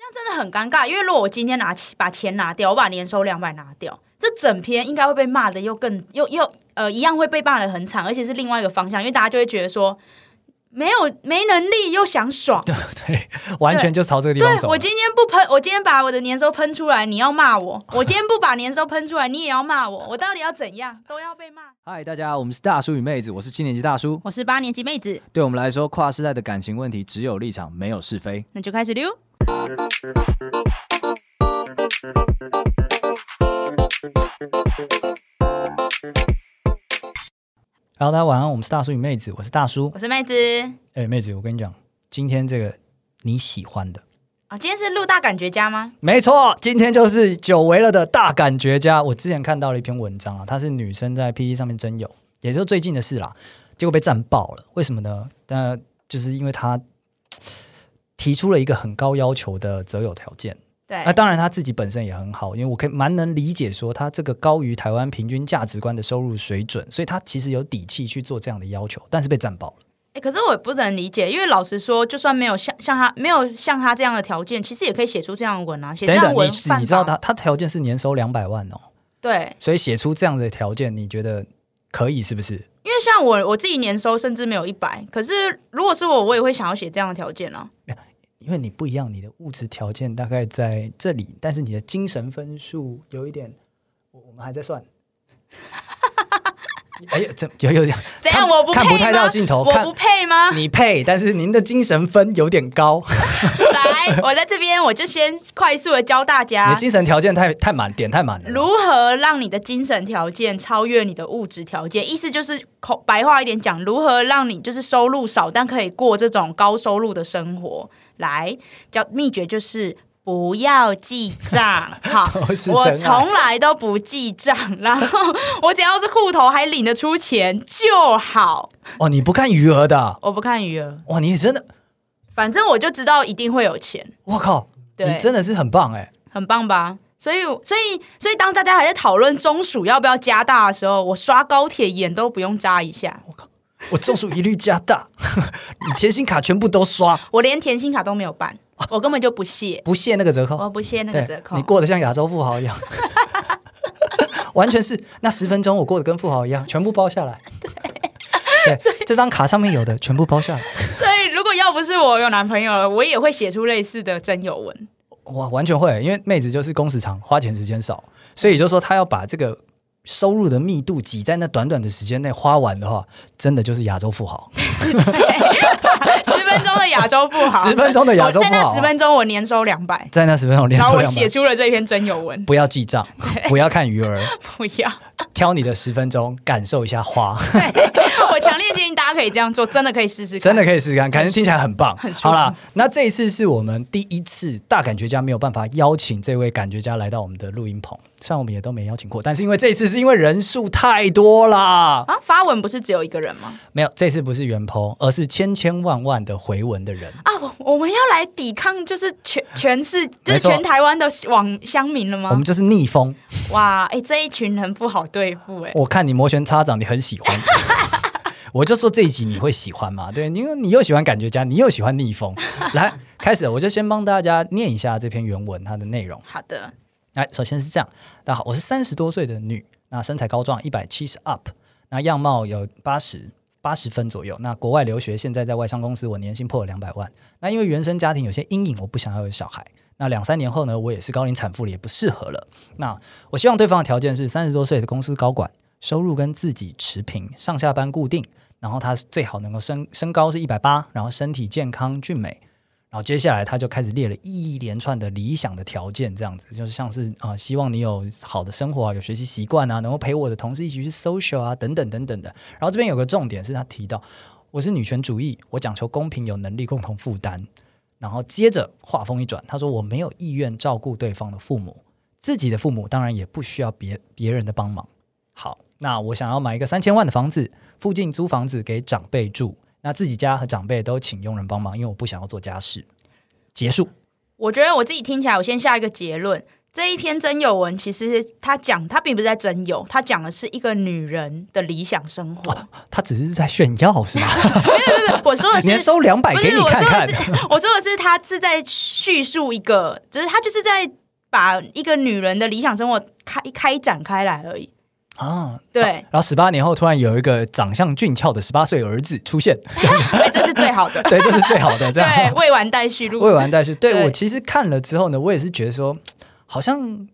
样真的很尴尬，因为如果我今天拿起把钱拿掉，我把年收两百拿掉，这整篇应该会被骂的又更又又呃一样会被骂的很惨，而且是另外一个方向，因为大家就会觉得说没有没能力又想爽。对 对，完全就朝这个地对方走我了。今天不喷，我今天把我的年收喷出来，你要骂我；我今天不把年收喷出来，你也要骂我。我到底要怎样，都要被骂。嗨，大家，我们是大叔与妹子，我是七年级大叔。我是八年级妹子，对我们来说，跨世代的感情问题只有立场，没有是非。那就开始溜。然后大家晚安，我们是大叔与妹子，我是大叔。我是妹子哎、妹子，我跟你讲，今天这个你喜欢的，啊，今天是录大感觉家吗？没错，今天就是久违了的大感觉家。我之前看到了一篇文章啊，它是女生在 P E 上面征友，也就是最近的事啦，结果被战爆了。为什么呢？那就是因为她提出了一个很高要求的择友条件。对那、，当然他自己本身也很好，因为我可以蛮能理解说他这个高于台湾平均价值观的收入水准，所以他其实有底气去做这样的要求，但是被战爆了。欸可是我也不能理解，因为老实说，就算没有像像他没有像他这样的条件，其实也可以写出这样的文啊，写这等样等，的文你犯你知道法他他条件是年收两百万哦，对，所以写出这样的条件，你觉得可以是不是？因为像我我自己年收甚至没有一百，可是如果是我，我也会想要写这样的条件啊。因为你不一样，你的物质条件大概在这里，但是你的精神分数有一点，我我们还在算。哎呀，这有有点怎样？看我不看不配太吗到？镜头，我看不配吗？你配，但是您的精神分有点高，来，我在这边我就先快速的教大你家的精神条件太太满，点太满了。啊如何让你的精神条件超越你的物质条件，意思就是口白话一点讲，如何让你就是收入少但可以过这种高收入的生活。来，教秘诀就是不要记 账，好。都是我真爱从来都不记账，然后我只要是户头还领得出钱就好，哦，你不看余额的啊，我不看余额，哇，你真的，反正我就知道一定会有钱。我靠，对，你真的是很棒哎。很棒吧？所以，所以，所以，当大家还在讨论中暑要不要加大的时候，我刷高铁眼都不用眨一下，我中暑一律加大，你甜心卡全部都刷，我连甜心卡都没有办，我根本就不屑，不屑那个折扣。我不屑哦那个哦对，折扣你。过得像亚洲富豪 一样，完全是那十分钟我过得跟富豪一样，全部包下 来。对，这张卡上面有的全部包下来，所以，如果要不是我有男朋友了，我也会写出类似的真友 文。哇，完全会，因为妹子就是工时长，花钱时间少，所以就说她要把这个收入的密度挤在那短短的时间内花完的话，真的就是亚洲富豪。十分钟的亚洲富豪，十分钟的亚洲我富在那豪十分钟，我年收两百，在那十分钟连然后收我两写百，出了这篇真友文。不要记 账，不要看余额，不 要，挑你的十分钟感受一下花，我强烈建议大家可以这样做，真的可以试试看。真的可以试试看，感觉听起来很棒。很舒服好啦，那这一次是我们第一次大感觉家没有办法邀请这位感觉家来到我们的录音棚，虽然我们也都没邀请过，但是因为这一次是因为人数太多啦，啊！发文不是只有一个人吗？没有，这次不是原 p 而是千千万万的回文的人。啊，我我们要来抵抗，就是 全全市，就是没错全台湾的网乡民了我吗们？就是逆风，哇，哎、这一群人不好对付哎、我看你摩拳擦掌，你很喜欢， 我就说这一集你会喜欢嘛？对，因为你又喜欢感觉家，你又喜欢逆风，来开始，我就先帮大家念一下这篇原文它的内容。好的，来，首先是这样，大家好，我是三十多岁的女，那身材高壮，一百七十 up，那样貌有八十八十分左右，那国外留学，现在在外商公司，我年薪破了两百万。那因为原生家庭有些阴影，我不想要有小孩。那两三年后呢，我也是高龄产妇了，也不适合了。那我希望对方的条件是三十多岁的公司高管，收入跟自己持平，上下班固定，然后他最好能够身身高是一百八，然后身体健康俊美，然后接下来他就开始列了一连串的理想的条件，这样子就是像是啊、呃希望你有好的生活啊，有学习习惯啊，能够陪我的同事一起去 social 啊，等等等等的。然后这边有个重点是他提到，我是女权主义，我讲求公平，有能力共同负担。然后接着话锋一转，他说我没有意愿照顾对方的父母，自己的父母当然也不需要别别人的帮忙。好，那我想要买一个三千万的房子，附近租房子给长辈住，那自己家和长辈都请佣人帮忙，因为我不想要做家事。结束，我觉得我自己听起来，我先下一个结论：这一篇真有文，其实他讲他并不是在真有，他讲的是一个女人的理想生活。他只是在炫耀是吗？ 不 是我说的你能是，收两百不给是你我看说看的？是， 我说的是他是在叙述一个，就是他就是在把一个女人的理想生活开开展开来而已。啊，对，然后十八年后，突然有一个长相俊俏的十八岁儿子出现， 哎这是最好的。对，这啊是最好的。这对，样未完待续录。未完待续。对对我其实看了之后呢，我也是觉得说，好像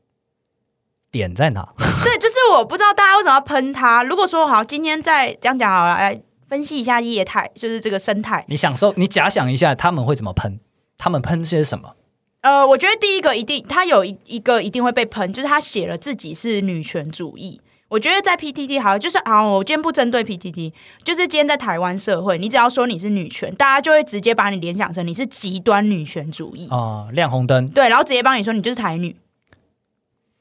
点在哪？ 对，就是我不知道大家为什么要喷他。如果说好，今天再这样讲好了，来分析一下业态，就是这个生态。你享受，你假想一下他们会怎么喷，他们喷些什么？呃，我觉得第一个一定，他有一一个一定会被喷，就是他写了自己是女权主义。我觉得在 PTT 好，就是啊，我今天不针对 PTT，就是今天在台湾社会，你只要说你是女权，大家就会直接把你联想成你是极端女权主义，啊、亮红灯，对，然后直接帮你说你就是台女，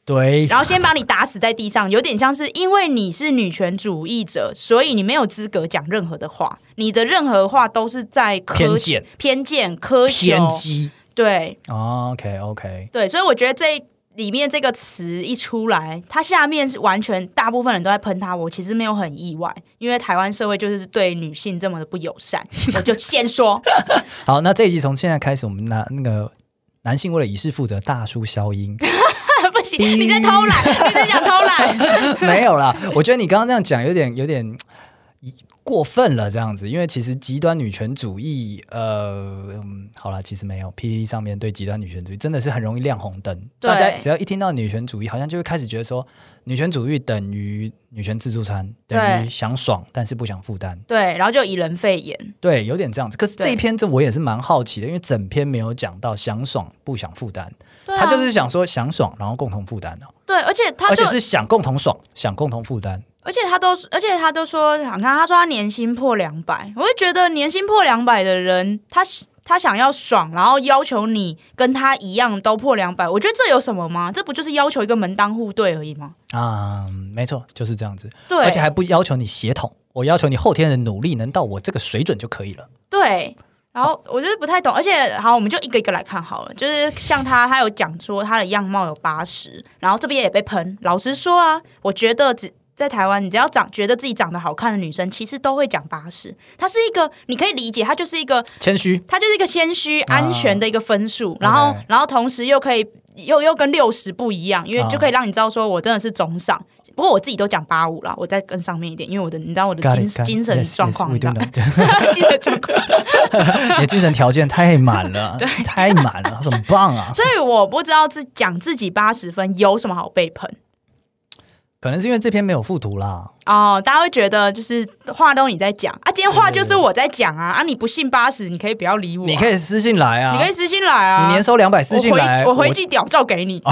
对，然后先把你打死在地上，有点像是因为你是女权主义者，所以你没有资格讲任何的话，你的任何话都是在苛偏见、偏见、苛求偏，激。对哦、OK OK，对，所以我觉得这里面这个词一出来，它下面是完全大部分人都在喷它，我其实没有很意外，因为台湾社会就是对女性这么的不友善，我就先 说， 好，那这一集从现在开始，我们拿那个男性为了以示负责，大叔消音。 不行，你在偷懒，你在想偷 懒，没有啦，我觉得你刚刚这样讲有点有点一过分了，这样子，因为其实极端女权主义，呃，嗯、好啦，其实没有，PPT 上面对极端女权主义真的是很容易亮红灯，对大家只要一听到女权主义，好像就会开始觉得说，女权主义等于女权自助餐，等于对想爽但是不想负担，对，然后就以人肺炎。对，有点这样子。可是这一对篇这我也是蛮好奇的，因为整篇没有讲到想爽不想负担，对啊他就是想说想爽，然后共同负担哦，对，而且他而就且是想共同爽，想共同负担。而且他都，而且他都说，想看他说他年薪破两百，我就觉得年薪破两百的人，他他想要爽，然后要求你跟他一样都破两百，我觉得这有什么吗？这不就是要求一个门当户对而已吗？啊、没错，就是这样子，对，而且还不要求你协同，我要求你后天的努力能到我这个水准就可以了。对。然后我就是不太懂，而且好，我们就一个一个来看好了。就是像他，他有讲说他的样貌有八十，然后这边也被喷。老实说啊，我觉得只在台湾，你只要长觉得自己长得好看的女生，其实都会讲八十。她是一个，你可以理解，她就是一个谦虚，它就是一个谦虚、安全的一个分数，然后啊 OK 然后同时又可以又又跟六十不一样，啊因为就可以让你知道说我真的是中上。不过我自己都讲八五啦，我再更上面一点，因为我的你知道我的 Got 精 it, got it. 精神 Yes, 状况 yes, we 你 do 知道 know. 精神状况， 你的精神条件太 满了，太满了，很棒啊！所以我不知道自讲自己八十分有什么好被喷可能是因为这篇没有附图啦，哦。大家会觉得就是话都你在讲啊，今天话就是我在讲啊啊！你不信八十，你可以不要理我啊、嗯你可以私信来啊，你可以私信来啊，你年收两百私信来，我回我回寄屌照给你。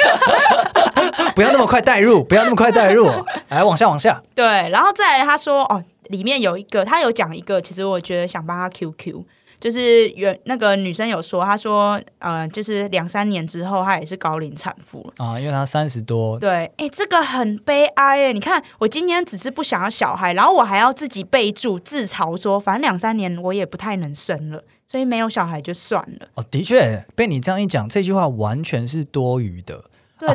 我不要那么快带入，不要那么快带入， 来往下往下，对，然后再来他说哦，里面有一个他有讲一个，其实我觉得想帮他 QQ，就是原那个女生有说，她说呃，就是两三年之后她也是高龄产妇了。啊，因为他三十多，对，哎，这个很悲哀耶！你看，我今天只是不想要小孩，然后我还要自己备注自嘲说，反正两三年我也不太能生了，所以没有小孩就算了。哦，的确被你这样一讲，这句话完全是多余的。啊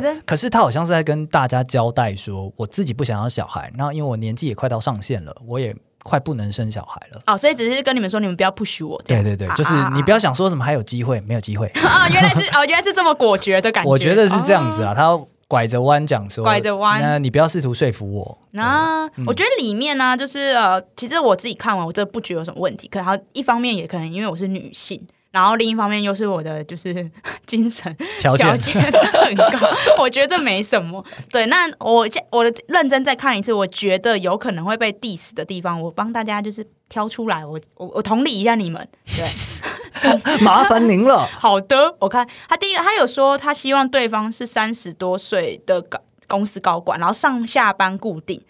对的，可是他好像是在跟大家交代说，我自己不想要小孩，然后因为我年纪也快到上限了，我也快不能生小孩了。哦，所以只是跟你们说，你们不要 push 我。这对样对对啊，就是啊啊你不要想说什么还有机会，没有机会，啊，原来是哦，原来是这么果决的感觉。我觉得是这样哦子啊。他拐着弯讲说，拐着弯那你不要试图说服我。那、嗯我觉得里面呢、就是呃，其实我自己看完，我真的不觉得有什么问题。可能一方面也可能因为我是女性，然后另一方面又是我的就是 精神条件条件很高，我觉得这没什么。对，那我这我的认真再看一次，我觉得有可能会被 diss 的地方，我帮大家就是挑出来，我我我同理一下你们。对，麻烦您了。好的，我看他第一个，他有说他希望对方是三十多岁的高公司高管，然后上下班固定。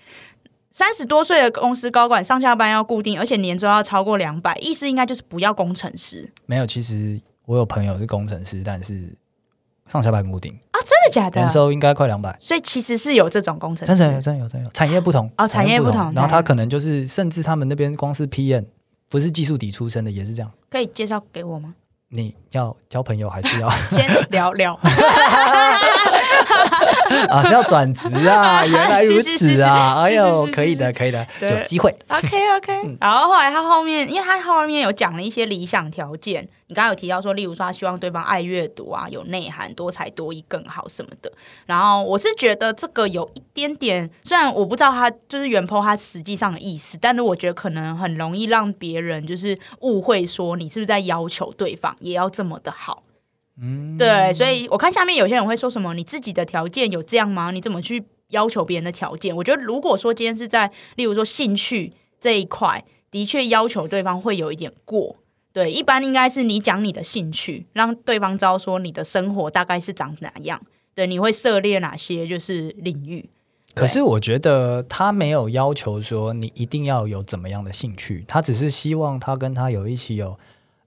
三十多岁的公司高管上下班要固定，而且年终要超过两百，意思应该就是不要工程师没有，其实我有朋友是工程师，但是上下班固定，啊？真的假的年？收应该快两百。所以其实是有这种工程真的有，师，真的有，真的有，产业不同哦产业不同然后产他业可能就是，甚至他们那边光是 PM，不是技术底出身的也是这样。可以介绍给我吗？你要交朋友还是 要先聊聊，啊是要转职啊？ 原来如是是是此啊！是哎是呦，是可以是的，可以的，对有机会。 OK OK，、然后后来他后面，因为他后面有讲了一些理想条件，你刚刚有提到说，例如说他希望对方爱阅读啊，有内涵、多才多艺更好什么的。然后我是觉得这个有一点点，虽然我不知道他就是原 po 他实际上的意思，但是我觉得可能很容易让别人就是误会说你是不是在要求对方也要这么的好。嗯，对，所以我看下面有些人会说什么，你自己的条件有这样吗？你怎么去要求别人的条件？我觉得如果说今天是在，例如说兴趣这一块，的确要求对方会有一点过。对，一般应该是你讲你的兴趣，让对方知道说你的生活大概是长哪样。对，你会涉猎哪些就是领域？可是我觉得他没有要求说你一定要有怎么样的兴趣，他只是希望他跟他有一起有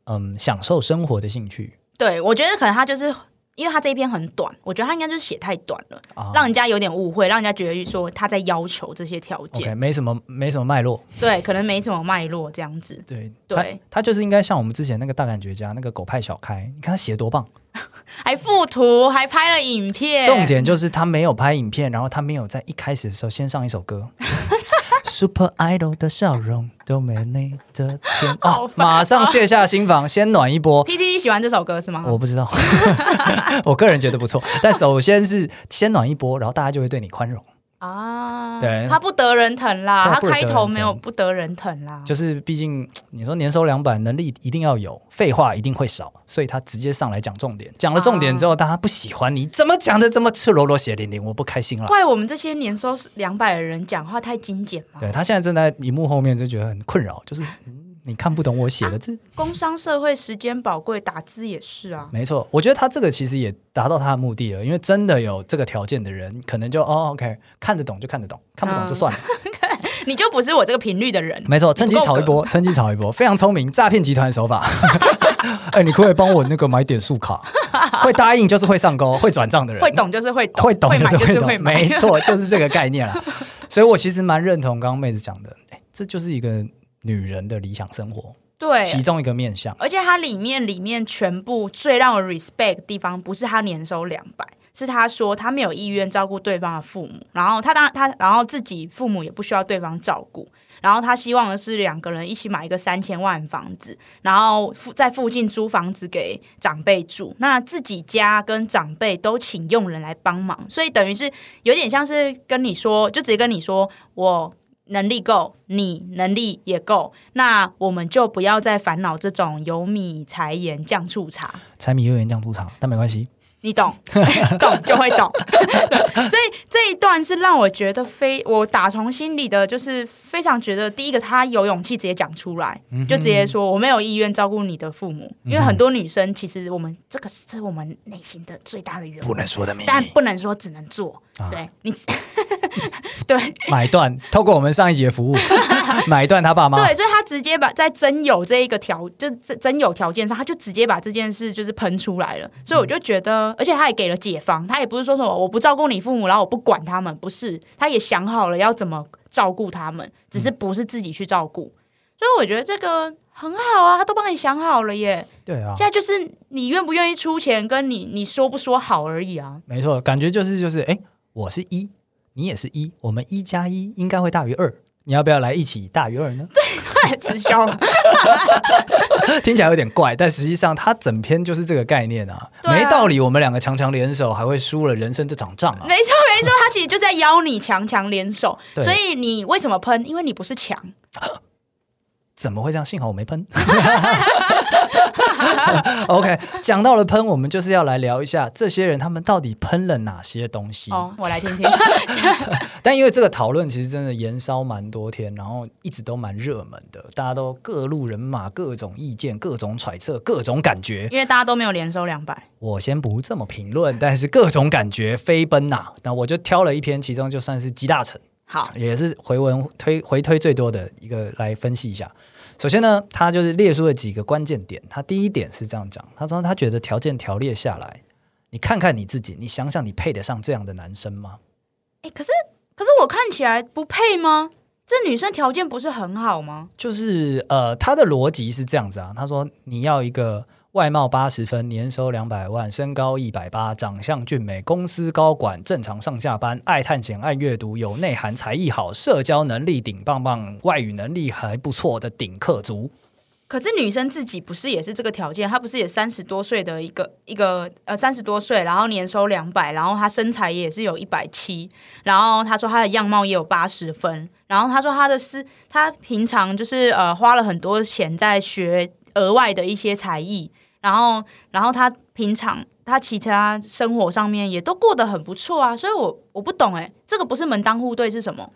嗯享受生活的兴趣对，我觉得可能他就是因为他这一篇很短，我觉得他应该就是写太短了，啊。让人家有点误会，让人家觉得说他在要求这些条件 OK，没什么没什么脉络，对，可能没什么脉络这样子。对对他他就是应该像我们之前那个大感觉家那个狗派小开，你看他写得多棒，还附图，还拍了影片，重点就是他没有拍影片，然后他没有在一开始的时候先上一首 歌。Super Idol 的笑容都没你的甜好烦哦，哦马上卸下心房，先暖一波。 PTT 喜欢这首歌是吗？我不知道， 我个人觉得不错。但首先是先暖一波，然后大家就会对你宽嗯容。啊，对他不得人疼啦，对他不得开头人没有疼不得人疼啦，就是毕竟你说年收两百，能力一定要有，废话一定会少，所以他直接上来讲重点。讲了重点之啊后，大家不喜欢你，怎么讲的这么赤裸裸、血淋淋，我不开心了。 怪我们这些年收两百的人讲话太精简嘛。对他现在正在荧幕后面就觉得很困扰，就是、嗯你看不懂我啊写的字。工商社会时间宝贵，打字也是啊。没错，我觉得他这个其实也达到他的目的了，因为真的有这个条件的人，可能就哦 OK 看得懂就看得懂，看不懂就算了。啊你就不是我这个频率的人，没错，趁机炒一波，趁机炒一波，非常聪明，诈骗集团的手法。 哎、你可不可以帮我那个买点数卡，会答应就是会上钩，会转账的人，会懂就是会懂，会懂会就买是就会是懂，会买。没错，就是这个概念啦。所以我其实蛮认同刚刚妹子讲的，哎、这就是一个女人的理想生活对，其中一个面向。而且它里面里面全部最让我 respect 的地方，不是他年收两百，是他说他没有意愿照顾对方的父母，然后他当他然后自己父母也不需要对方照顾，然后他希望的是两个人一起买一个三千万房子，然后附在附近租房子给长辈住，那自己家跟长辈都请佣人来帮忙，所以等于是有点像是跟你说，就直接跟你说我能力够，你能力也够，那我们就不要再烦恼这种油米柴盐酱醋茶，柴米油盐酱醋茶，但没关系，你懂，懂就会懂。 所以这一段是让我觉得非我打从心里的，就是非常觉得第一个他有勇气直接讲出来，就直接说我没有意愿照顾你的父母，因为很多女生其实我们这个是这是我们内心的最大的愿望，能说的秘但不能说只能做，对你，对。买断，透过我们上一集 的服务，买断他爸妈。对，所以他直接把在真有这一个条，就真真有条件上，他就直接把这件事就是喷出来了。所以我就觉得，而且他也给了解放，他也不是说什么我不照顾你父母，然后我不管他们，不是，他也想好了要怎么照顾他们，只是不是自己去照顾。所以我觉得这个很好啊，他都帮你想好了耶。对啊现，在就是你愿不愿意出钱，跟你你说不说好而已啊。没错，感觉就是就是，哎，我是一，你也是一，我们一加一应该会大于二。你要不要来一起大于二 呢？太直销了， 听起来有点怪，但实际上它整篇就是这个概念啊，对啊没道理我们两个强强联手还会输了人生这场仗啊。没错没错，他其实就在邀你强强联手， 对所以你为什么喷？因为你不是强。怎么会这样？幸好我没喷。OK，讲到了喷，我们就是要来聊一下这些人他们到底喷了哪些东西。哦，我来听听。但因为这个讨论其实真的延烧蛮多天，然后一直都蛮热门的，大家都各路人马、各种意见、各种揣测、各种感觉。因为大家都没有连收两百，我先不这么评论，但是各种感觉飞奔呐、那我就挑了一篇，其中就算是集大成。好，也是回文推回推最多的一个来分析一下。首先呢，他就是列出了几个关键点。他第一点是这样讲，他说他觉得条件条列下来，你看看你自己，你想想你配得上这样的男生吗？哎、可是可是我看起来不配吗？这女生条件不是很好吗？就是呃，他的逻辑是这样子啊，他说你要一个外貌八十分，年收两百万，身高一百八，长相俊美，公司高管，正常上下班，爱探险，爱阅读，有内涵，才艺好，社交能力顶棒棒，外语能力还不错的顶客族。可是女生自己不是也是这个条件，她不是也三十多岁的一个一个呃三十多岁，然后年收两百，然后她身材也是有一百七，然后她说她的样貌也有八十分，然后她说她的是她平常就是呃花了很多钱在学额外的一些才艺，然后然后她平常她其他生活上面也都过得很不错啊，所以我我不懂哎、这个不是门当户对是什么？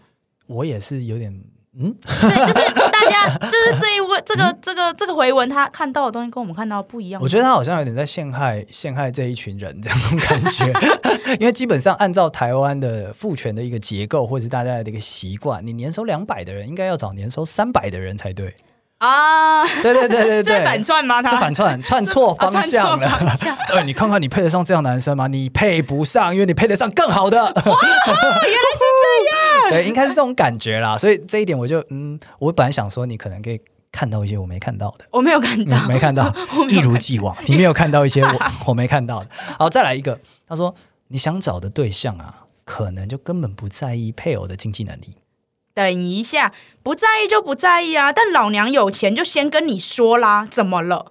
我也是有点，嗯，对，就是大家就是这一位这个这个这个回文，他看到的东西跟我们看到的不一样。我觉得他好像有点在陷害陷害这一群人这样的感觉，因为基本上按照台湾的父权的一个结构，或者是大家的一个习惯，你年收两百的人应该要找年收三百的人才对。啊，对对对这对对，是反串吗？他这反串串错啊方串向了。方向呃，你看看你配得上这样男生吗？你配不上，因为你配得上更好的。原来是这样， 对，应该是这种感觉啦。所以这一点我就嗯，我本来想说你可能可以看到一些我没看到的，我没有看到嗯，，没看到 我，没一有如既往，你没有看到一些我 我没看到的。好，再来一个，他说你想找的对象啊，可能就根本不在意配偶的经济能力。等一下，不在意就不在意啊。但老娘有钱就先跟你说啦，怎么了？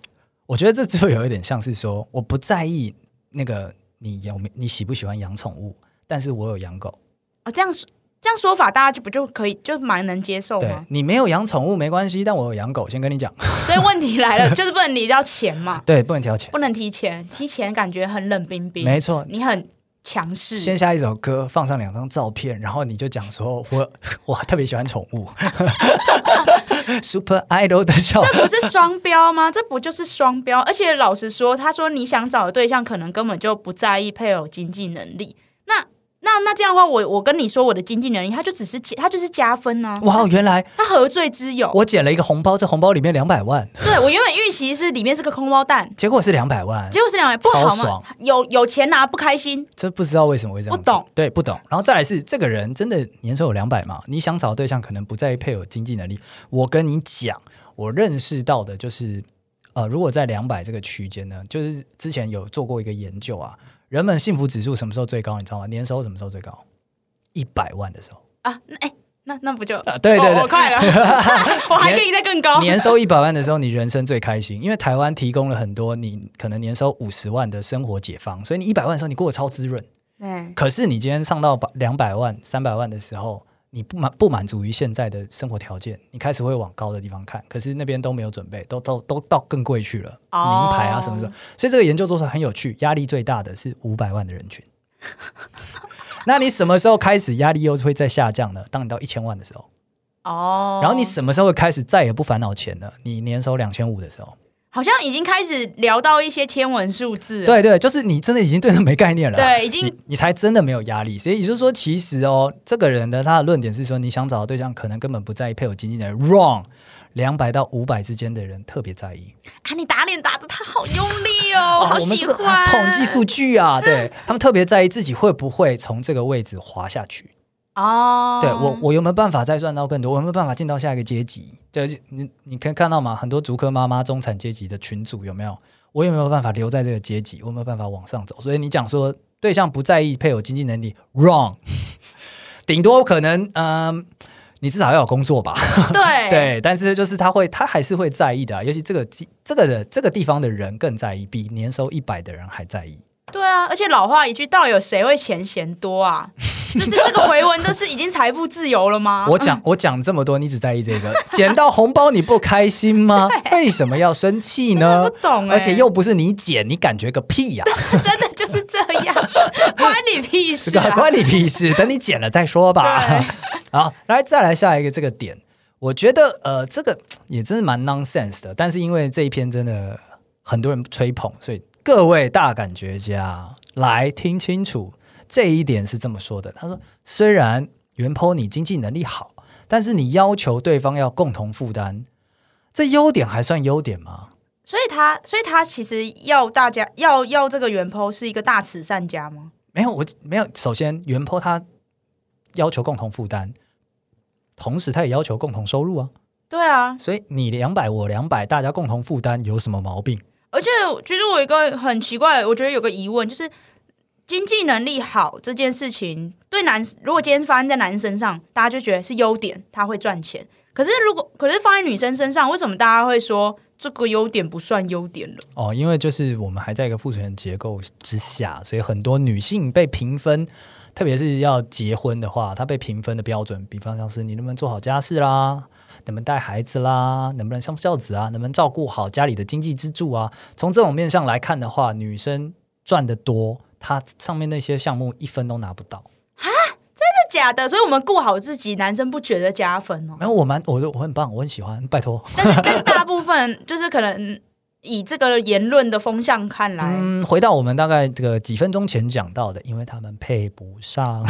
我觉得这就有一点像是说，我不在意那个你有没你喜不喜欢养宠物，但是我有养狗。啊，这样说这样说法，大家就不就可以就蛮能接受对吗？你没有养宠物没关系，但我有养狗，先跟你讲，所以问题来了，就是不能提到钱嘛，对，不能挑钱。不能提钱，提钱感觉很冷冰冰，没错，你很强势。 先下一首歌，放上两张照片，然后你就讲说我我特别喜欢宠 物 ，Super Idol 的笑 这不是双标吗？这不就是双标？而且老实说，他说你想找的对象可能根本就不在意配偶经济能力。那那那这样的话，我我跟你说我的经济能力，他就只是他就是加分啊，哇，原来他何罪之有？我捡了一个红包，这红包里面两百万，对我原本预期是里面是个空包蛋，结果是两百万，结果是两个不超好爽吗？有有钱拿不开心，这不知道为什么会这样子，不懂对，不懂。然后再来是这个人真的年收有两百嘛？你想找对象可能不在意配偶经济能力。我跟你讲，我认识到的就是，呃，如果在两百这个区间呢，就是之前有做过一个研究啊，人们幸福指数什么时候最高？你知道吗？年收什么时候最高？一百万的时候。啊，那哎、那那不就、啊对对哦对我 快了，我还可以再更 高。年收一百万的时候，你人生最开心，因为台湾提供了很多你可能年收五十万的生活解放，所以你一百万的时候你过得超滋润。哎，可是你今天上到两百万、三百万的时候，你不满不满足于现在的生活条件，你开始会往高的地方看。可是那边都没有准备，都都都到更贵去了，哦名牌啊什么什么。所以这个研究做出来很有趣，压力最大的是五百万的人群。 那你什么时候开始压力又会再下降呢？当你到一千万的时候，哦，然后你什么时候会开始再也不烦恼钱呢？你年收两千五的时候，好像已经开始聊到一些天文数字了，对对，就是你真的已经对他没概念了啊，对已经你你才真的没有压力。所以也就是说，其实哦，这个人的他的论点是说，你想找的对象可能根本不在意配偶经济能力，wrong。两百到五百之间的人特别在意，啊，你打脸打的他好用力哦，哦好我们喜这个欢。统计数据啊，对他们特别在意自己会不会从这个位置滑下去。哦，对我，我有没有办法再赚到更多？我有没有办法进到下一个阶级？对，你你可以看到嘛，很多竹科妈妈中产阶级的群组有没有？我有没有办法留在这个阶级？我有没有办法往上走？所以你讲说对象不在意配偶经济能力，wrong，顶多可能嗯。你至少要有工作吧，对 对，但是就是他会，他还是会在意的啊、尤其这个地这个的这个地方的人更在意，比年收一百的人还在意。对啊！而且老话一句，到底有谁会钱嫌多 啊？就是这个回文都是已经财富自由了吗？我讲我讲这么多，你只在意这个， 捡到红包你不开 心吗？为什么要生气真呢的？不懂欸而且又不是你捡，你感觉个屁呀、 真的就是这 样，关你屁这事个啊！关你屁事，等你捡了再说吧。 好，来再来下一个这个点，我觉得呃，这个也真是蛮 nonsense 的，但是因为这一篇真的很多人吹捧，所以各位大感觉家来听清楚，这一点是这么说的。他说，虽然原 po 你经济能力好，但是你要求对方要共同负担，这优点还算优点吗？所以他，所以他其实要大家要要这个原 po 是一个大慈善家吗？没有，我没有。首先，原 po 他要求共同负担，同时他也要求共同收入啊。对啊，所以你两百，我两百，大家共同负担有什么毛病？而且其实我有一个很奇怪，我觉得有个疑问就是。经济能力好这件事情，对男如果今天发生在男生身上，大家就觉得是优点，他会赚钱。可是如果可是放在女生身上，为什么大家会说这个优点不算优点了？哦，因为就是我们还在一个父权结构之下，所以很多女性被评分，特别是要结婚的话，她被评分的标准，比方像是你能不能做好家事啦，能不能带孩子啦，能不能相夫教子啊，能不能照顾好家里的经济支柱啊。从这种面上来看的话，女生赚得多，她上面那些项目一分都拿不到。是假的，所以我们顾好自己，男生不觉得加分 哦。没有，我蛮我我很棒，我很喜欢，拜托。但是但是大部分就是可能以这个言论的风向看来，嗯，回到我们大概这个几分钟前讲到的，因为他们配不上。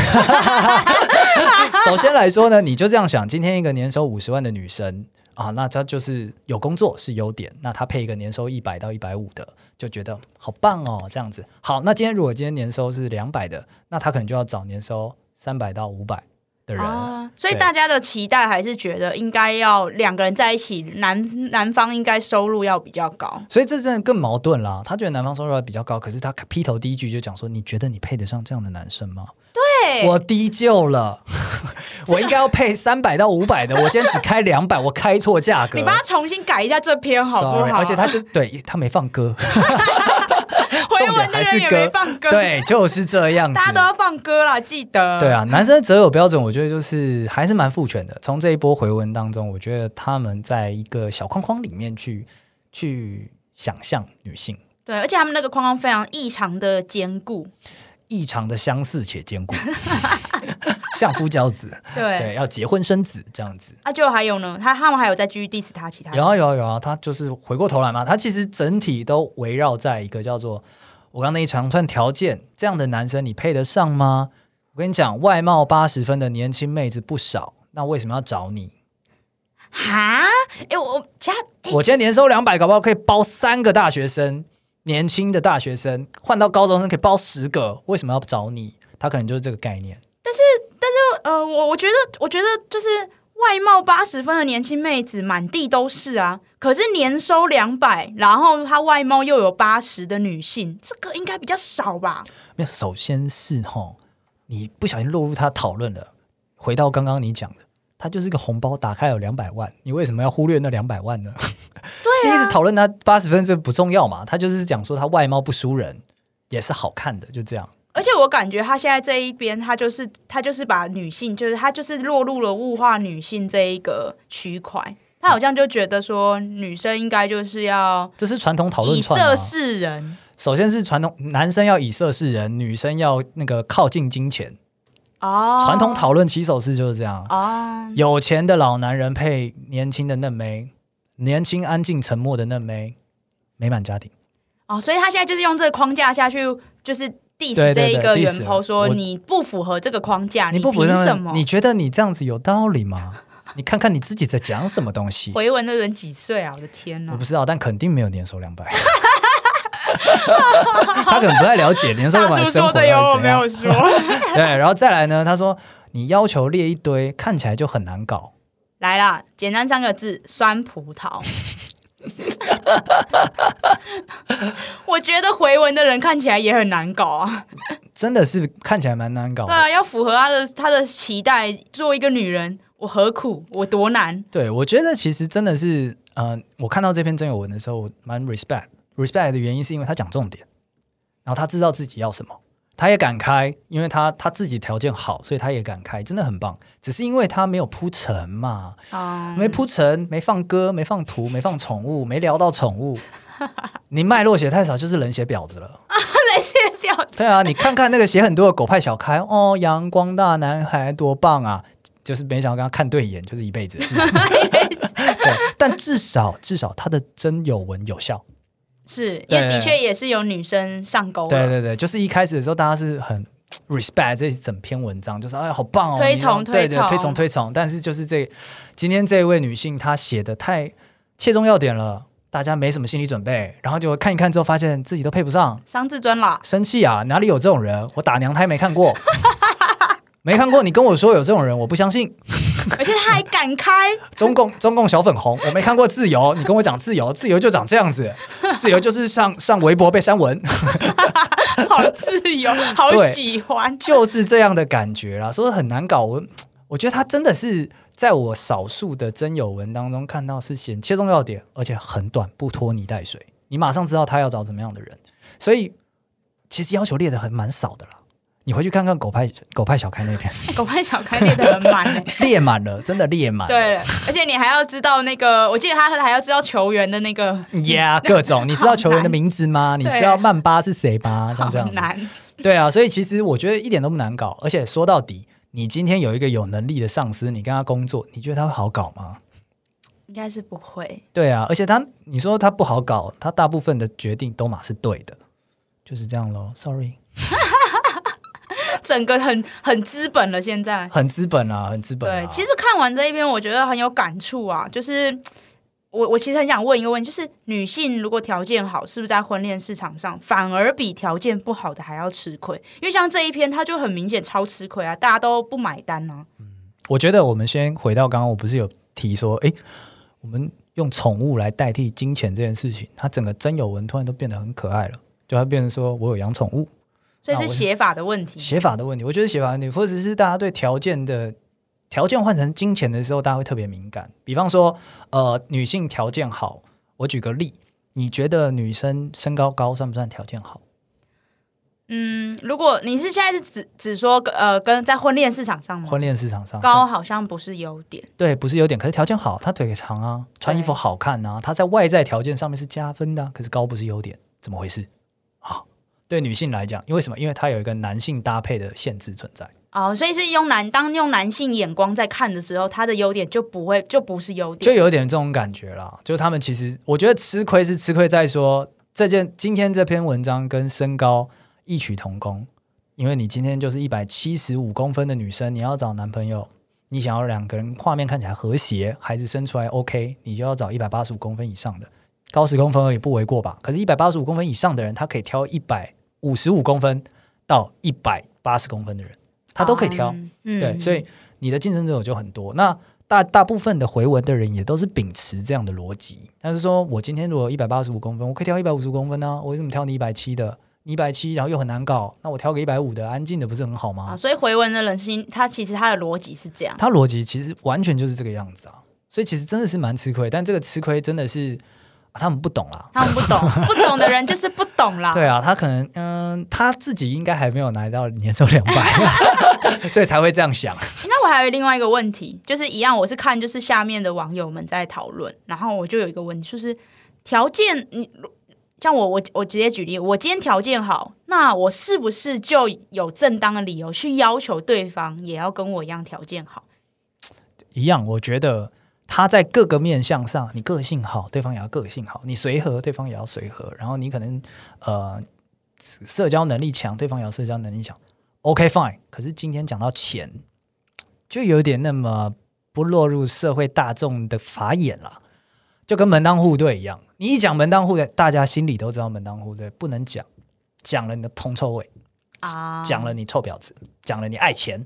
首先来说呢，你就这样想，今天一个年收五十万的女生啊，那她就是有工作是优点，那她配一个年收一百到一百五的，就觉得好棒哦，这样子。好，那今天如果今天年收是两百的，那她可能就要找年收三百到五百的人。啊，所以对大家的期待还是觉得应该要两个人在一起，男男方应该收入要比较高。所以这真的更矛盾啦。她觉得男方收入比较高，可是她劈头第一句就讲说：“你觉得你配得上这样的男生吗？”对，我低 就了，我应该要配三百到五百的，我今天只开两百，我开错价格。你帮他重新改一下这篇好不 Sorry，好？啊而且他就对他没放歌，回重文点的还是人也没放歌，，对，就是这样子。大家都要放歌啦，记得。对，啊，男生的择友标准，我觉得就是还是蛮父权的。从这一波回文当中，我觉得他们在一个小框框里面去去想象女性对，而且他们那个框框非常异常的坚固，异常的相似且坚 固，相夫教子，对。对，要结婚生子这样子。啊，就还有呢，他他们还有在继续 diss 他其他人有啊有啊有啊，他就是回过头来嘛，他其实整体都围绕在一个叫做我刚刚那一长串条件，这样的男生你配得上吗？我跟你讲，外貌八十分的年轻妹子不少，那为什么要找你？哈，哎、我我其他我今天年收两百，搞不好可以包三个大学生，年轻的大学生换到高中生可以包十个，为什么要找你？他可能就是这个概念。呃，我我觉得，我觉得就是外貌八十分的年轻妹子满地都是啊，可是年收两百，然后她外貌又有八十的女性，这个应该比较少吧？没有，首先是哈，你不小心落入他讨论了。回到刚刚你讲的，他就是一个红包打开有两百万，你为什么要忽略那两百万呢？对、啊 你一直讨论他八十分这不重要嘛，他就是讲说他外貌不输人，也是好看的，就这样。而且我感觉她现在这一边，她就是她就是把女性，就是她就是落入了物化女性这一个区块，她好像就觉得说女生应该就是要这是传统讨论以串、色。啊示人，首先是传统，男生要以色示人，女生要那个靠近金钱。哦，传统讨论起手式就是这样。哦，有钱的老男人配年轻的嫩妹，年轻安静沉默的嫩妹，美满家庭。哦，所以他现在就是用这个框架下去，就是对 diss 这对一个对原 diss 剖，说我你不符合这个框架，你不啊凭服那什么？你觉得你这样子有道 理吗？你看看你自己在讲什么东西。回文的人几岁啊？我的天呐我！不知道，但肯定没有年收两百。 他可能不太了解年收两大百叔的生活说到的底有，是我怎没样有。说。对，然后再来呢，他说你要求列一堆，看起来就很难搞。来啦，简单三个字：酸葡萄。 我觉得回文的人看起来也很难搞啊。真的是看起来蛮难搞对的。啊，要符合他的他的期待，做一个女人，我何苦？我多难？对，我觉得其实真的是，呃，我看到这篇真有文的时候，我蛮 respect respect 的原因是因为他讲重点，然后他知道自己要什么，他也敢开，因为他他自己条件好，所以他也敢开，真的很棒。只是因为他没有铺陈嘛，嗯，没铺陈，没放歌，没放图，没放宠物，没聊到宠物，你脉络写太少，就是冷血婊子了。那些表对啊，你看看那个写很多的狗派小开，哦，阳光大男孩多棒啊！就是没想到跟他看对眼，就是一辈子。 是吧对，但至少至少他的真有文有效。 是因为对的确也是有女生上钩了。对对对，就是一开始的时候大家是很 respect 这一整篇文章，就是哎好棒哦，推崇你对推崇对推崇推崇。但是就是这今天这位女性她写的太切中要点了，大家没什么心理准备，然后就看一看之后发现自己都配不上，伤自尊啦。生气啊！哪里有这种人？我打娘胎没看过。没看过，你跟我说有这种人，我不相信。而且他还敢 开，中共中共小粉红，我没看过自由，你跟我讲自由，自由就长这样子，自由就是上上微博被删文， 好自由，好对喜欢。就是这样的感觉啦，所以很难搞。我我觉得他真的是在我少数的真有文当中看到是写切中要点，而且很短，不拖泥带水，你马上知道他要找怎么样的人。所以其实要求列的很蛮少的啦，你回去看看狗派狗派小开那篇哎狗派小开列的很满、欸，列满了，真的列满了。对，而且你还要知道那个，我记得他还要知道球员的那个，呀各种，你知道球员的名字吗？你嗯对知道曼巴是谁吗？像好这样子，难。对啊，所以其实我觉得一点都不难搞，而且说到底，你今天有一个有能力的上司，你跟他工作，你觉得他会好搞吗？应该是不会，对啊，而且他，你说他不好搞，他大部分的决定都嘛是对的，就是这样咯 Sorry，整个很很资本了。现在，很资本啊，很资本、啊。对，其实看完这一篇，我觉得很有感触啊。就是我我其实很想问一个问题，就是女性如果条件好，是不是在婚恋市场上反而比条件不好的还要吃亏？因为像这一篇，它就很明显超吃亏啊，大家都不买单啊。我觉得我们先回到刚刚，我不是有提说，诶，我们用宠物来代替金钱这件事情，它整个真有文突然都变得很可爱了，就它变成说我有养宠物，所以那是我写法的问题。写法的问题，我觉得写法的问题，或者是大家对条件的条件换成金钱的时候，大家会特别敏感。比方说，呃，女性条件好，我举个例，你觉得女生身高高算不算条件好？嗯，如果你是现在是只只说呃跟在婚恋市场上吗？婚恋市场上高是好像不是优点，对，不是有点，可是条件好，她腿长啊，穿衣服好看啊，她在外在条件上面是加分的啊、可是高不是优点，怎么回事啊？对女性来讲，因为什么？因为它有一个男性搭配的限制存在。哦，所以是用男当用男性眼光在看的时候，他的优点就不会就不是优就点，有点这种感觉啦。就是他们其实，我觉得吃亏是吃亏在说这件今天这篇文章跟身高异曲同工，因为你今天就是一百七十五公分的女生，你要找男朋友，你想要两个人画面看起来和谐，孩子生出来 OK，你就要找一百八十五公分以上的，高十公分也不为过吧？可是，一百八十五公分以上的人，他可以挑一百五十五公分到一百八十公分的人，他都可以挑。嗯。嗯对，所以你的竞争对手就很多。那大大部分的回文的人也都是秉持这样的逻辑，他是说我今天如果一百八十五公分，我可以挑一百五十公分啊，我为什么挑你一百七的？你一百七，然后又很难搞，那我挑个一百五的，安静的不是很好吗啊，？所以回文的人心，他其实他的逻辑是这样。他逻辑其实完全就是这个样子啊，所以其实真的是蛮吃亏，但这个吃亏真的是、啊他们不懂啦。他们不懂，不懂的人就是不懂啦。 对啊，他可能嗯，他自己应该还没有拿到年收两 百，啊所以才会这样想。啊诶那我还有另外一个问题，就是一样，我是看就是下面的网友们在讨论，然后我就有一个问题，就是条件，你像我，我我直接举例，我今天条件好，那我是不是就有正当的理由去要求对方也要跟我一样条件好？一样，我觉得他在各个面向上，你个性好，对方也要个性好；你随和，对方也要随和；然后你可能呃社交能力强，对方也要社交能力强。OK fine，可是今天讲到钱，就有点那么不落入社会大众的法眼了，就跟门当户对一样。你一讲门当户对，大家心里都知道门当户对，不能讲，讲了你的铜臭味，啊，讲了你臭婊子，讲了你爱钱，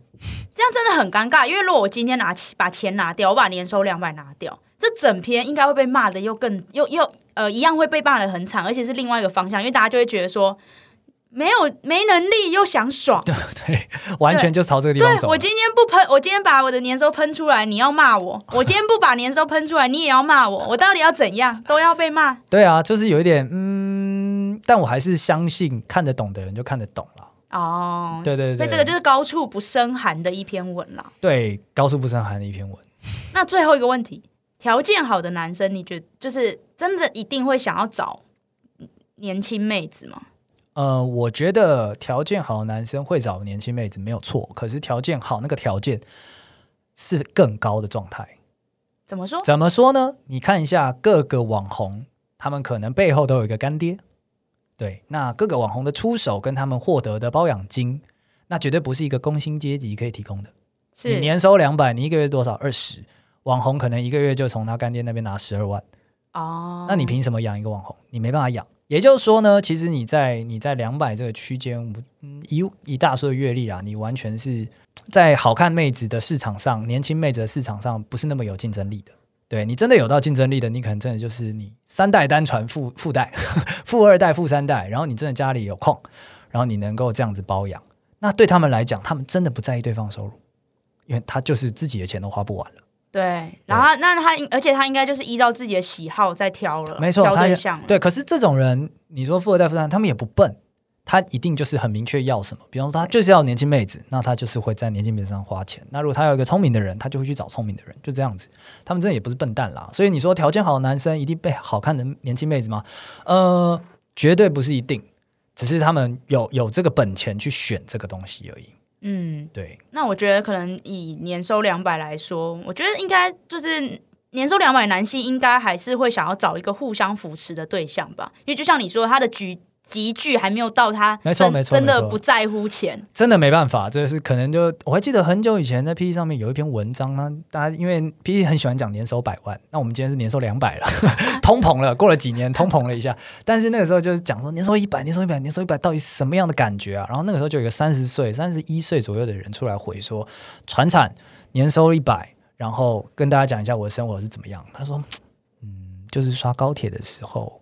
这样真的很尴尬，因为如果我今天拿起把钱拿掉，我把年收两百拿掉，这整篇应该会被骂的又更又又呃一样会被骂的很惨，而且是另外一个方向，因为大家就会觉得说没有没能力又想爽。对，完全就朝这个地对方走了。我今天不喷，我今天把我的年收喷出来，你要骂我；我今天不把年收喷出来，你也要骂我。我到底要怎样，都要被骂。对啊，就是有一点，嗯，但我还是相信看得懂的人就看得懂了。哦，对对对，所以这个就是高处不胜寒的一篇文了。对高速不胜寒的一篇文。那最后一个问题，条件好的男生，你觉得就是真的一定会想要找年轻妹子吗？呃，我觉得条件好的男生会找年轻妹子没有错，可是条件好那个条件是更高的状态。怎么说？怎么说呢？你看一下各个网红，他们可能背后都有一个干爹。对，那各个网红的出手跟他们获得的包养金，那绝对不是一个工薪阶级可以提供的。你是年收两百，你一个月多少？二十。网红可能一个月就从他干爹那边拿十二万，哦，那你凭什么养一个网红？你没办法养，也就是说呢，其实你在你在两百这个区间，我嗯以以大叔的阅历啊，你完全是在好看妹子的市场上，年轻妹子的市场上不是那么有竞争力的。对你真的有到竞争力的，你可能真的就是你三代单传富富代、 富二代、富三代，然后你真的家里有空，然后你能够这样子包养，那对他们来讲，他们真的不在意对方收入，因为他就是自己的钱都花不完了。对，然后那他应，而且他应该就是依照自己的喜好在挑了，没错，挑他对也象了。对，可是这种人，你说富二代、富三代，他们也不笨，他一定就是很明确要什么。比方说，他就是要年轻妹子，那他就是会在年轻妹子上花钱。那如果他有一个聪明的人，他就会去找聪明的人，就这样子。他们真的也不是笨蛋啦。所以你说条件好的男生一定被好看的年轻妹子吗？呃，绝对不是一定，只是他们有有这个本钱去选这个东西而已。嗯，对，那我觉得可能以年收两百来说，我觉得应该就是年收两百男性应该还是会想要找一个互相扶持的对象吧，因为就像你说，他的局集聚还没有到他没错真没错真没的错不在乎钱，真的没办法，这是可能就我还记得很久以前在 PE 上面有一篇文章呢，大家因为 PE 很喜欢讲年收百万，那我们今天是年收两百了，通膨了，过了几年通膨了一下，但是那个时候就是讲说年收一百，年收一百，年收一百到底是什么样的感觉啊？然后那个时候就有一个三十岁、三十一岁左右的人出来回说，船产年收一百，然后跟大家讲一下我的生活是怎么样。他说，嗯，就是刷高铁的时候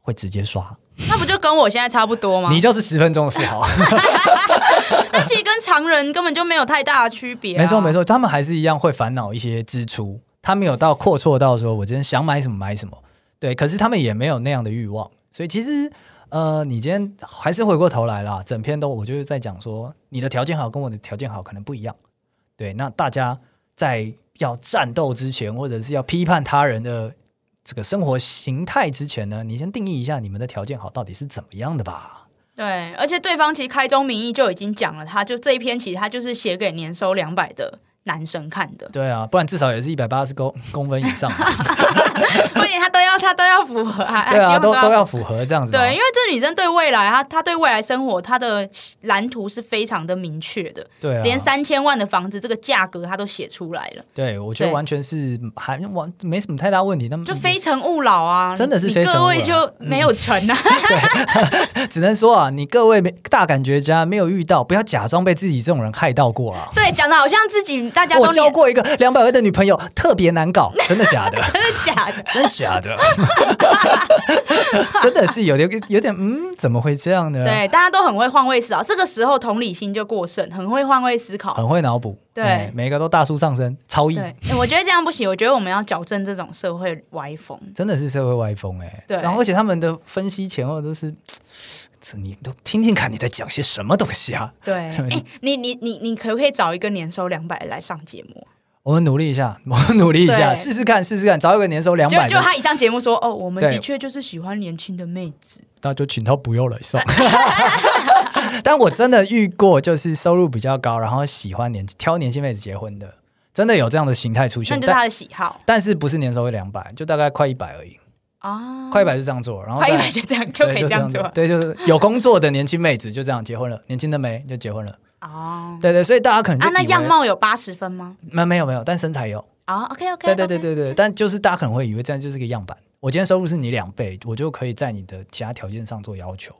会直接刷，那不就跟我现在差不多吗你？就是十分钟的富豪。 那其实跟常人根本就没有太大的区别、啊。没错没错，他们还是一样会烦恼一些支出，他没有到阔绰到说我今天想买什么买什么，对，可是他们也没有那样的欲望，所以其实呃，你今天还是回过头来啦，整篇都我就是在讲说你的条件好跟我的条件好可能不一样，对，那大家在要战斗之前，或者是要批判他人的。这个生活形态之前呢，你先定义一下你们的条件好到底是怎么样 的吧。对，而且对方其实开宗明义就已经讲了，他就这一篇其实他就是写给年收两百的男生看 的，对啊，不然至少也是一百八十公公分以上嘛。 不仅他都要他都要符合，还还对希啊，望都都要要符合这样子嘛。对，因为这女生对未来，她她对未来生活她的蓝图是非常的明确的，对啊，连三千万的房子这个价格她都写出来了，对，我觉得对完全是还完没什么太大问题，那么就非诚勿扰啊，嗯真的是你非诚勿扰各位就没有成 啊， 只能说啊，你各位没大感觉家没有遇到，不要假装被自己这种人害到过 啊。对，讲的好像自己大家都我交年过一个两百万的女朋友，特别难搞， 真的假的？真的假的，真假的？ 真的是有点有点嗯，怎么会这样呢？，对，大家都很会换位思考，这个时候同理心就过剩，很会换位思考，很会脑补，对哎每个都大叔上身，超意，对、欸我觉得这样不行，我觉得我们要矫正这种社会歪风。真的是社会歪风哎、对然后而且他们的分析前后都是，这你都听听看你在讲些什么东西啊？对， 哎、你你你你可不可以找一个年收两百来上节目？我们努力一下， 我们努力一下，对试试看，试试看，找一个年收两就百就的，他一上节目说，哦，我们对的确就是喜欢年轻的妹子。那就请他不用来 上。 但我真的遇过，就是收入比较高，然后喜欢年挑年轻妹子结婚的，真的有这样的形态出那现。就是但他的喜好但是不是年收会两百，就大概快一百而已，啊，快一百就这样做，然后快一再百就这样就可以这对样子做对，就是有工作的年轻妹子就这样结婚了，年轻的没就结婚了。哦。对对，所以大家可能就啊，那以为样貌有八十分吗？没没有没有，但身材有。啊，OK OK，嗯对对对对对，但就是大家可能会以为这样就是个样板。我今天收入是你两倍，我就可以在你的其他条件上做要求。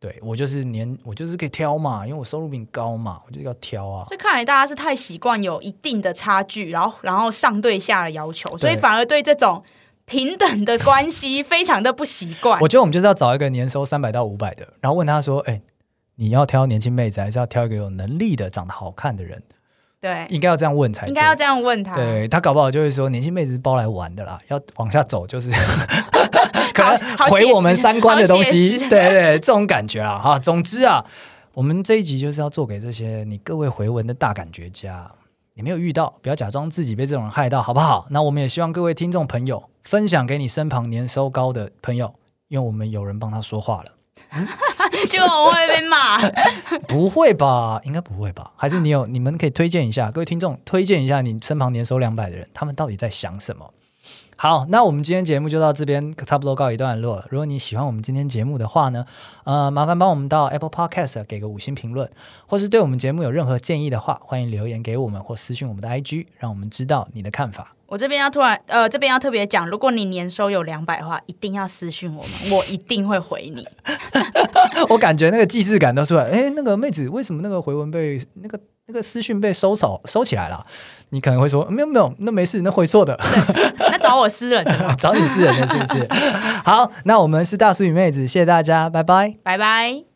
对我就是年，我就是可以挑嘛，因为我收入比你高嘛，我就是要挑啊。所以看来大家是太习惯有一定的差距，然后然后上对下的要求，所以对反而对这种平等的关系非常的不习惯我。觉得我们就是要找一个年收三百到五百的，然后问他说：“哎、你要挑年轻妹子，还是要挑一个有能力的、长得好看的人？”对，应该要这样问才应该要对这样问他。对他搞不好就会说年轻妹子是包来玩的啦，要往下 走就是可能好毁写我们实三观好的东写西，实对对，这种感觉啊哈。总之啊，我们这一集就是要做给这些你各位回文的大感觉家，你没有遇到，不要假装自己被这种人害到，好不好？那我们也希望各位听众朋友分享给你身旁年收高的朋友，因为我们有人帮他说话了，结果我会被骂。 不会吧？应该不会吧？还是你有你们可以推荐一下，各位听众推荐一下你身旁年收两百的人，他们到底在想什么？好，那我们今天节目就到这边，差不多告一段落了。如果你喜欢我们今天节目的话呢，呃，麻烦帮我们到 Apple Podcast 给个五星评论，或是对我们节目有任何建议的话，欢迎留言给我们或私讯我们的 IG，让我们知道你的看法。 我这边要突然，呃，这边要特别讲，如果你年收有两百的话，一定要私讯我们，我一定会回你。我感觉那个既视感都出来。哎，那个妹子为什么那个回文被那个那个私讯被收手收起来了？你可能会说没有没有，那没事，那会错的，那找我私人的，找你私人的是不是？好，那我们是大叔与妹子，谢谢大家，拜拜。拜拜。